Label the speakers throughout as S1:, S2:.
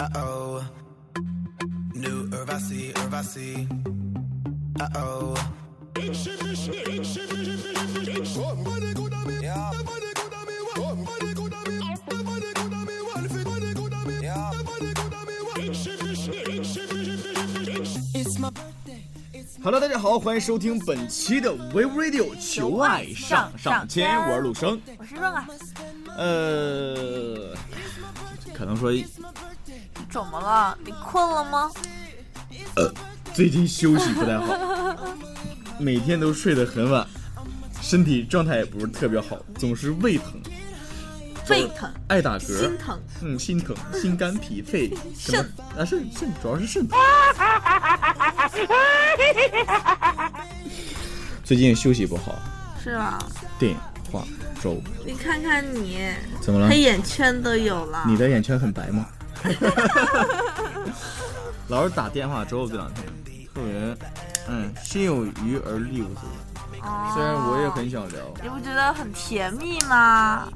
S1: Uh oh. New Urvasi, Urvasi. Uh oh.
S2: Hello，大家好，欢迎收听本期的 We Radio 求爱上上签，我是陆生。
S3: 我是问啊，
S2: 呃，可能说
S3: 你怎么了？你困了吗？
S2: 呃最近休息不太好， 每天都睡得很晚，身体状态也不是特别好，总是胃疼，
S3: 沸腾，
S2: 爱打嗝，
S3: 心疼，
S2: 嗯，心疼，心肝脾肺什么啊肾肾主要 是肾疼。最近休息不好，
S3: 是啊，
S2: 电影、画、周，
S3: 你看看你，
S2: 怎么了？
S3: 黑眼圈都有了。
S2: 你的眼圈很白 吗？老是打电话之后这两天，特别，嗯，心有啊余而力不足。
S3: 哦
S2: 虽然我也，很想聊，
S3: 你不觉得很甜蜜吗？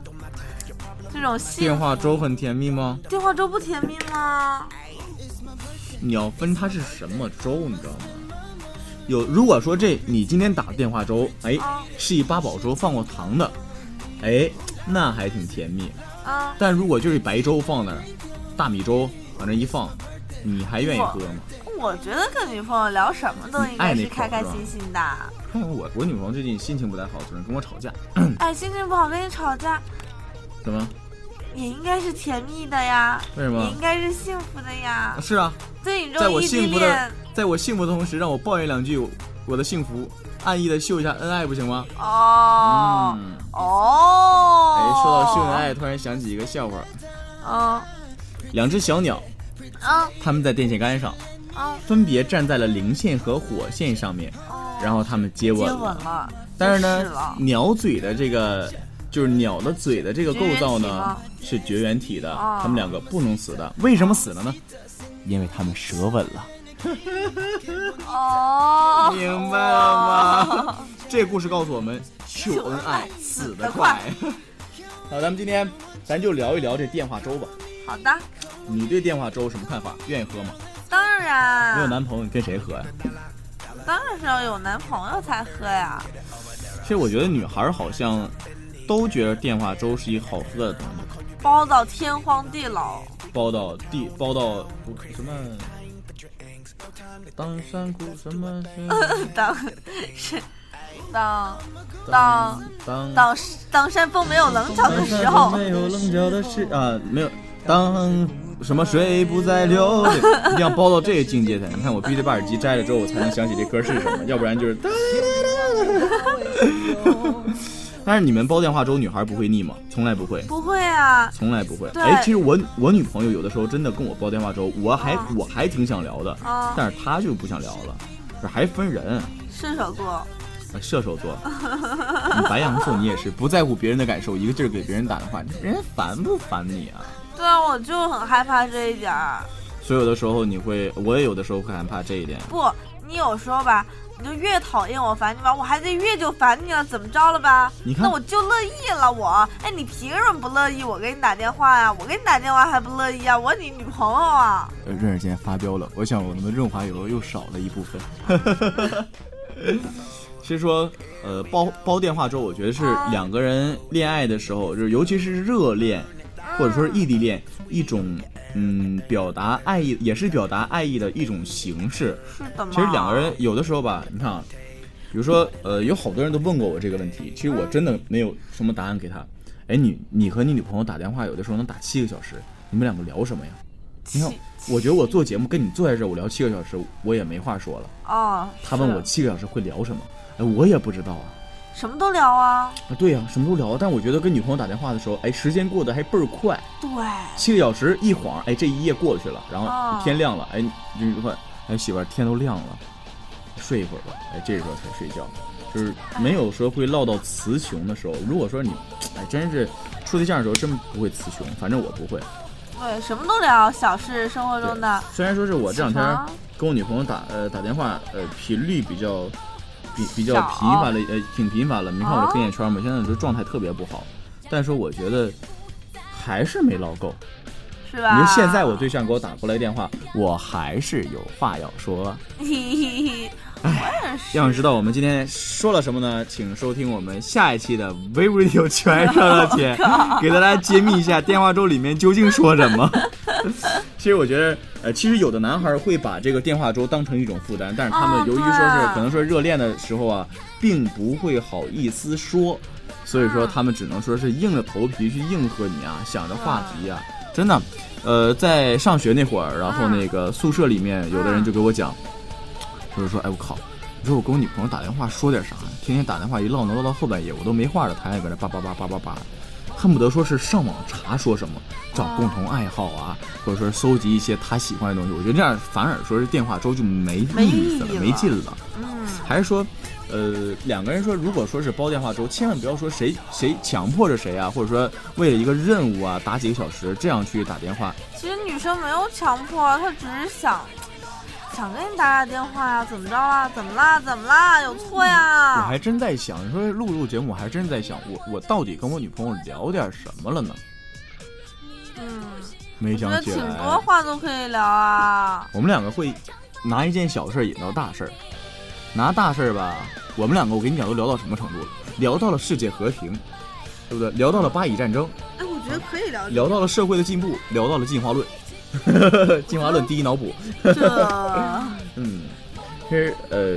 S3: 这种
S2: 电
S3: 幸
S2: 话粥很甜蜜吗？
S3: 电话粥不甜蜜吗？
S2: 你要分它是什么粥，你知道吗？有，如果说这你今天打的电话粥，哎，是一八宝粥放过糖的，哎，那还挺甜蜜。
S3: 啊，
S2: 但如果就是白粥放那儿，大米粥往那一放，你还愿意喝吗？
S3: 我觉得跟女朋友聊什么都应该
S2: 你爱那
S3: 是
S2: 口
S3: 开开心心的。
S2: 看我我女朋友最近心情不太好，总是跟我吵架，
S3: 哎，心情不好跟你吵架，
S2: 怎么？
S3: 也应该是甜蜜的呀，
S2: 为什么
S3: 也应该是幸福的呀。
S2: 是啊，
S3: 对你这
S2: 在
S3: 种
S2: 我
S3: 异地
S2: 幸福的
S3: 恋，
S2: 在我幸福的同时，让我抱怨两句我的幸福，暗意的秀一下恩爱，不行吗？
S3: 哦、
S2: 嗯
S3: 哦，
S2: 哎，说到秀恩爱，突然想起一个笑话：
S3: 嗯，
S2: 两只小鸟，
S3: 嗯
S2: 它们在电线杆上
S3: 嗯
S2: 分别站在了零线和火线上面，
S3: 嗯，
S2: 然后它们接吻
S3: 接
S2: 了。
S3: 吻了，
S2: 但是
S3: 就是
S2: 呢
S3: 了，
S2: 鸟嘴的这个就是鸟的嘴的这个构
S3: 绝缘体
S2: 造呢
S3: 吗
S2: 是绝缘体的，
S3: 哦
S2: 它们两个不能死的。为什么死了呢？因为它们舌吻了。
S3: 哦，
S2: 明白了吗？这故事告诉我们，秀恩爱死得快。 好，咱们今天咱就聊一聊这电话粥吧。
S3: 好的，
S2: 你对电话粥什么看法？愿意喝吗？
S3: 当
S2: 没有
S3: 然，
S2: 男朋友，你跟谁喝呀？
S3: 当然是要有男朋友才喝呀。
S2: 其实我觉得女孩儿好像都觉得电话粥是一好喝的东西，
S3: 包到天荒地老，
S2: 包到地，包到不什么。当山谷什么是
S3: 当是当
S2: 当
S3: 当
S2: 当
S3: 当当山峰没有棱角的时候，
S2: 没有棱角的事啊，没有当什么水不再流，一定要包到这个境界才能。你看我必须得把耳机摘了之后，我才能想起这歌是什么，要不然就是。 但是你们煲电话粥，女孩不会腻吗？从来不会。
S3: 不会啊，
S2: 从来不会。
S3: 对
S2: 哎，其实我我女朋友有的时候真的跟我煲电话粥，我还、
S3: 啊
S2: 我还挺想聊的，
S3: 啊
S2: 但是她就不想聊了，这还分人。啊
S3: 射手座，
S2: 呃射手座，你白羊座你也是不在乎别人的感受，一个劲儿给别人打电话，人家烦不烦你啊？
S3: 对啊，我就很害怕这一点儿。
S2: 所以有的时候你会，我也有的时候会害怕这一点。
S3: 不，你有时候吧，你就越讨厌我烦你吧，我还得越就烦你了，啊怎么着了吧？
S2: 你看
S3: 那我就乐意了，我。哎，你凭什么不乐意？我给你打电话呀、我给你打电话还不乐意啊？我你女朋友啊？
S2: 呃，润儿今天发飙了，我想我们的润滑油又少了一部分。 其实说，呃，煲煲电话粥，我觉得是两个人恋爱的时候，就是尤其是热恋，或者说
S3: 嗯
S2: 是异地恋，一种嗯表达爱意，也是表达爱意的一种形式。
S3: 是的嘛。
S2: 其实两个人有的时候吧，你看啊，比如说呃，有好多人都问过我这个问题，其实我真的没有什么答案给他。哎，你你和你女朋友打电话，有的时候能打七个小时，你们两个聊什么呀？你看
S3: 气，
S2: 我觉得我做节目跟你坐在这儿，我聊七个小时，我也没话说了。
S3: 哦，
S2: 他问
S3: 是
S2: 我七个小时会聊什么，哎，我也不知道啊。
S3: 什么都聊啊，
S2: 啊，对呀、什么都聊啊。但我觉得跟女朋友打电话的时候，哎，时间过得还倍儿快，
S3: 对，
S2: 七个小时一晃，哎，这一夜过去了，然
S3: 哦
S2: 后天亮了，哎，你就问，哎，媳妇儿，天都亮了，睡一会儿吧。哎，这时候才睡觉，就是没有说会落到词穷的时候。如果说你，哎，真是处对象的时候真不会词穷，反正我不会。
S3: 对，什么都聊，小事，生活中的
S2: 虽然说是我这两天
S3: 起床
S2: 跟我女朋友打呃打电话呃频率比较比比较
S3: 少哦
S2: 频繁了呃挺频繁了，没看我这黑眼圈吗？现在这状态特别不好，但是我觉得还是没捞够。
S3: 是吧？
S2: 你说现在我对象给我打过来电话，我还是有话要说。
S3: 嘿嘿嘿，我也是。
S2: 哎要想知道我们今天说了什么呢？请收听我们下一期的《微 Radio 全上了 姐》，给大家揭秘一下电话粥里面究竟说 什么。其实我觉得，呃，其实有的男孩会把这个电话粥当成一种负担，但是他
S3: 啊
S2: 们由于说
S3: 对
S2: 是可能说热恋的时候啊，并不会好意思说，所以
S3: 嗯
S2: 说他们只能说是硬着头皮去应和你啊，想着话题啊，真的。呃，在上学那会儿，然后那个宿舍里面，有的人就给我讲，就是说，哎，我靠，你说我跟我女朋友打电话说点啥呀？天天打电话一唠叨唠到后半夜，我都没话了，她还搁那叭叭叭叭叭叭，恨不得说是上网查说什么，找共同爱好啊，或者说搜集一些她喜欢的东西。我觉得这样反而说是电话粥就没
S3: 没意
S2: 意思
S3: 义
S2: 了，
S3: 了
S2: 没劲了。
S3: 嗯，
S2: 还是说，呃，两个人说，如果说是煲电话粥，千万不要说谁谁强迫着谁啊，或者说为了一个任务啊打几个小时这样去打电话，
S3: 其实女生没有强迫，她只是想想跟你打打电话呀，怎么着啊？怎么啦？怎么啦？有错
S2: 我
S3: 呀？
S2: 还真在想，你说录录节目，我还真在想，我我到底跟我女朋友聊点什么了呢？
S3: 嗯，
S2: 没
S3: 我觉
S2: 想
S3: 得
S2: 起
S3: 挺
S2: 来，
S3: 多话都可以聊啊。
S2: 我们两个会拿一件小事儿引到大事儿，拿大事儿吧，我们两个我跟你讲都聊到什么程度了？聊到了世界和平，对不对？聊到了巴以战争，
S3: 哎，我觉得可以聊
S2: 嗯聊到了社会的进步，聊到了进化论， 进化论第一脑补。
S3: 这。
S2: 嗯，其实呃，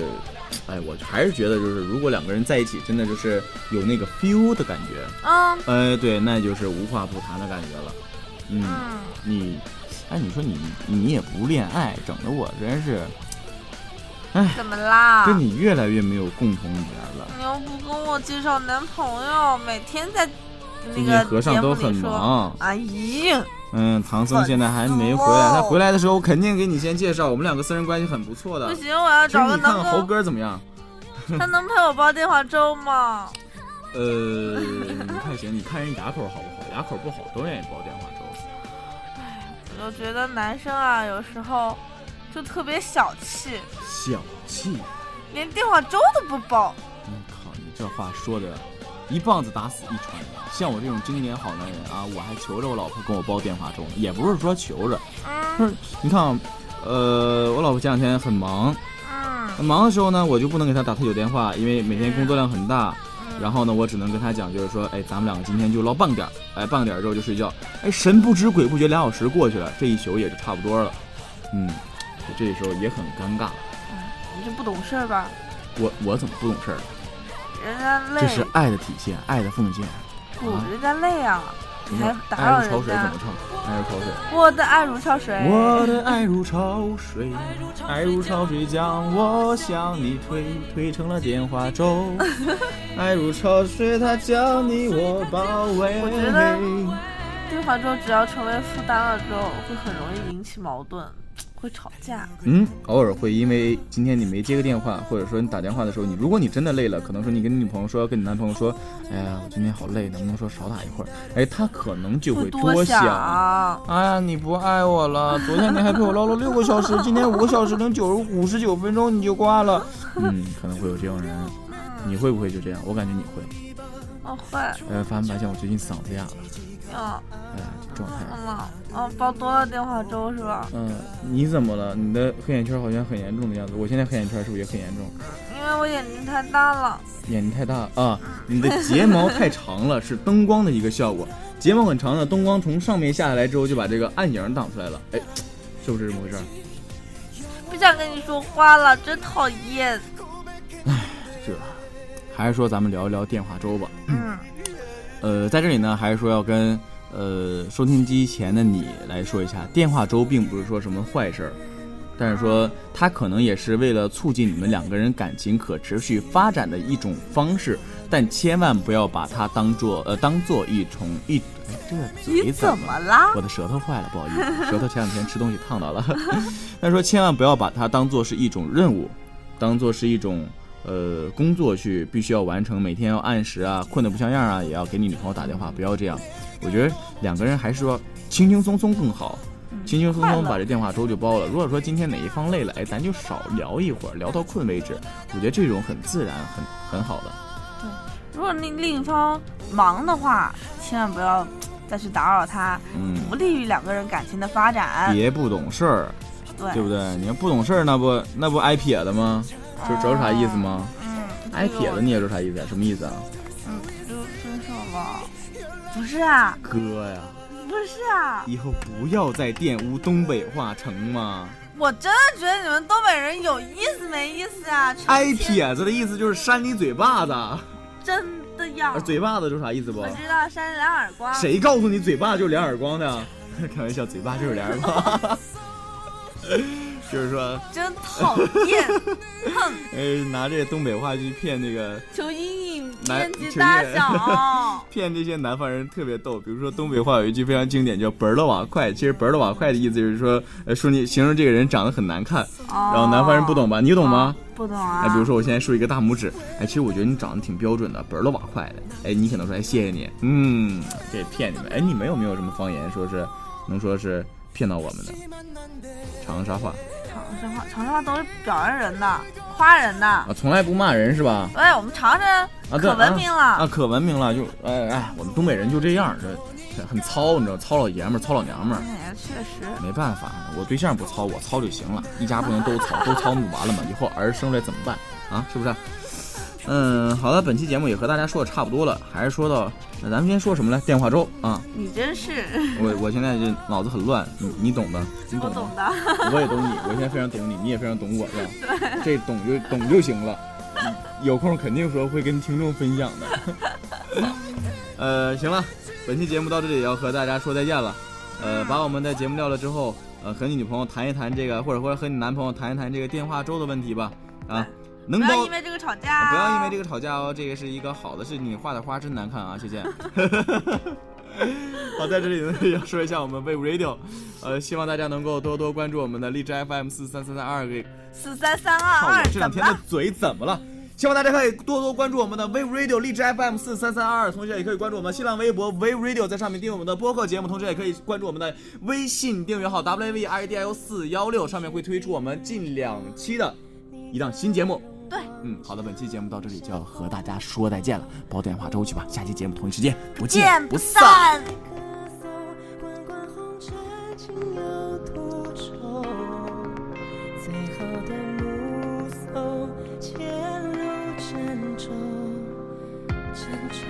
S2: 哎，我还是觉得就是，如果两个人在一起，真的就是有那个 feel 的感觉，
S3: 嗯
S2: 哎，对，那就是无话不谈的感觉了。嗯，
S3: 嗯，
S2: 你，哎，你说你你也不恋爱，整的我真是
S3: 怎么啦？
S2: 跟你越来越没有共同语言了。
S3: 你又不跟我介绍男朋友，每天在那
S2: 最
S3: 个
S2: 近
S3: 节
S2: 和尚
S3: 目
S2: 都
S3: 里
S2: 很
S3: 说。
S2: 忙，
S3: 哎呀，
S2: 嗯，唐僧现在还没回来，他回来的时候我肯定给你先介绍，我们两个私人关系很不错的
S3: 不。行，我要
S2: 其实
S3: 找个
S2: 你看看猴
S3: 能够
S2: 哥怎么样？
S3: 他能陪我煲电话粥吗？
S2: 呃，你看行，你看人牙口好不好？牙口不好都愿意煲电话粥。
S3: 我觉得男生啊，有时候就特别小气，
S2: 小气，
S3: 连电话粥都不煲。
S2: 我靠，嗯你这话说的，一棒子打死一船人。像我这种经典好男人啊，我还求着我老婆跟我煲电话粥呢，也不是说求着，就
S3: 嗯
S2: 是你看啊，呃，我老婆前两天很忙，
S3: 嗯
S2: 忙的时候呢，我就不能给她打太久电话，因为每天工作量很大。然后呢，我只能跟她讲，就是说，哎，咱们两个今天就唠半点儿，哎，半个点儿之后就睡觉，哎，神不知鬼不觉，俩小时过去了，这一哎宿也就差不多了，嗯，我这时候也很尴尬，
S3: 你就不懂事儿吧？
S2: 我我怎么不懂事儿？
S3: 人家累
S2: 这，是爱的体现，爱的奉献。
S3: 不，
S2: 啊
S3: 人家累啊，你还打扰
S2: 爱如潮
S3: 人
S2: 水怎
S3: 家哎
S2: 么。唱？爱如潮水。
S3: 我的爱如潮水。
S2: 我的爱如潮水，爱如潮水将我向你推，推成了电话粥。 爱如潮水，它将你我包围。
S3: 我觉得电话粥只要成为负担了之后，会很容易引起矛盾，会吵架。
S2: 嗯，偶尔会因为今天你没接个电话，或者说你打电话的时候，你如果你真的累了，可能说你跟你女朋友说，跟你男朋友说，哎呀，我今天好累，能不能说少打一会儿？哎，他可能就会
S3: 多
S2: 多想。
S3: 想，
S2: 哎呀，你不爱我 了！昨天你还陪我唠了六个小时，今天五个小时零九五十九分钟你就挂了。嗯，可能会有这种人，你会不会就这样？我感觉你会。
S3: 我会，
S2: 呃，发现发现我最近嗓子哑了，
S3: 哦嗯，
S2: 哎呀，这状态。
S3: 嗯了，嗯，煲多了电话粥是吧？
S2: 嗯、你怎么了？你的黑眼圈好像很严重的样子。我现在黑眼圈是不是也很严重？
S3: 因为我眼睛太大了，
S2: 眼睛太大啊，你的睫毛太长了，是灯光的一个效果。睫毛很长的灯光从上面下来之后，就把这个暗影挡出来了。哎，是不是这么回事儿？
S3: 不想跟你说话了，真讨厌。
S2: 这，还是说咱们聊一聊电话粥吧。
S3: 嗯，
S2: 呃，在这里呢，还是说要跟呃收听机前的你来说一下，电话粥并不是说什么坏事儿，但是说它可能也是为了促进你们两个人感情可持续发展的一种方式，但千万不要把它当做呃当做一种一哎这个
S3: 你
S2: 嘴
S3: 怎
S2: 怎
S3: 么
S2: 么？
S3: 啦？
S2: 我的舌头坏了，不好意思，舌头前两天吃东西烫到了。 但是说千万不要把它当做是一种任务，当做是一种呃工作去必须要完成，每天要按时啊，困得不像样啊，也要给你女朋友打电话，不要这样。我觉得两个人还是要轻轻松松更好，轻轻松
S3: 嗯快乐
S2: 松把这电话粥就煲了。如果说今天哪一方累了，哎，咱就少聊一会儿，聊到困为止。我觉得这种很自然，很很好的。
S3: 如果另另一方忙的话，千万不要再去打扰他，
S2: 嗯
S3: 不利于两个人感情的发展。
S2: 别不懂事儿，
S3: 嗯对
S2: 对不对？你要不懂事儿，那不那不挨撇的吗？就知道啥意思吗？
S3: 嗯，
S2: 挨撇
S3: 了
S2: 的你也知道啥意思啊？什么意思啊？
S3: 嗯，就分手了。不是啊，
S2: 哥呀，
S3: 不是啊，
S2: 以后不要再玷污东北话成吗？
S3: 我真的觉得你们东北人有意思没意思啊？成
S2: 挨
S3: 天
S2: 哎撇子的意思就是扇你嘴巴子，
S3: 真的要
S2: 啊嘴巴子就是啥意思不
S3: 我？知道扇两耳光，
S2: 谁告诉你嘴巴就是两耳光的？ 开玩笑，嘴巴就是两耳光。 就是说，
S3: 真讨 厌，哼，
S2: 呃，拿这东北话去骗那个
S3: 求阴影
S2: 来
S3: 面积
S2: 求
S3: 大
S2: 阴
S3: 小。哦
S2: 骗这些南方人特别逗，比如说东北话有一句非常经典叫“本儿了瓦块”，其实“本儿了瓦块”的意思就是说，呃，说你形容这个人长得很难看，然
S3: 然
S2: 后南方人不懂吧？你懂吗？
S3: 不懂啊。
S2: 哎，比如说我现在竖一个大拇指，哎，其实我觉得你长得挺标准的，本儿了瓦块的，哎，你可能说哎谢谢你，嗯，这也骗你们，哎，你们有没有什么方言说是能说是骗到我们的？长沙话
S3: 长沙话，长沙话都是表扬人的，夸人的。
S2: 啊，从来不骂人是吧？
S3: 对，我们长沙人
S2: 啊，对
S3: 可文明
S2: 啊啊，
S3: 了，
S2: 可文明了，就哎哎，我们东北人就这样，这很糙，你知道，糙老爷们儿，糙老娘们儿。
S3: 哎，确实。
S2: 没办法，我对象不操，我操就行了。一家不能都操， 都操不完了吗？以后儿子生出来怎么办啊？是不是？嗯，好了，本期节目也和大家说的差不多了，还是说到，那咱们先说什么来？电话粥啊！
S3: 你真是，
S2: 我我现在这脑子很乱，你你懂的，你
S3: 我
S2: 懂
S3: 懂
S2: 的，
S3: 的。
S2: 我也懂你，我现在非常懂你，你也非常懂我，是吧？这懂就懂就行了，嗯有空肯定说会跟听众分享的。 呃，行了，本期节目到这里要和大家说再见了。呃，把我们的节目撂了之后，呃，和你女朋友谈一谈这个，或者或者和你男朋友谈一谈这个电话粥的问题吧。啊，能
S3: 不
S2: 包
S3: 要因为这个吵架。
S2: 不要因为这个吵架哦，这个是一个好的事情。你画的花真难看啊，谢 谢。好，在这里呢要说一下我们 Wave Radio，呃，希望大家能够多多关注我们的荔枝 FM 四三三三二个。
S3: 四三三
S2: 看
S3: 二
S2: 我
S3: 二
S2: 这
S3: 怎么
S2: 两天的
S3: 了？
S2: 嘴啊怎么了？希望大家可以多多关注我们的 Wave Radio 荔枝 FM 四三三二，同时也可以关注我们新浪微博 Wave Radio，在上面订阅我们的播客节目，同时也可以关注我们的微信订阅号 WAVIDIO 四幺六，上面会推出我们近两期的一档新节目。
S3: 对，
S2: 嗯，好的，本期节目到这里就要和大家说再见了，煲电话粥去吧，下期节目同一时间不
S3: 见
S2: 见
S3: 不
S2: 不散。
S3: 散。
S4: 咳嗽，滚滚红尘情有独钟。最好的目送，潜入珍重，珍重。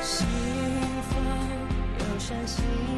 S4: 西方有扇西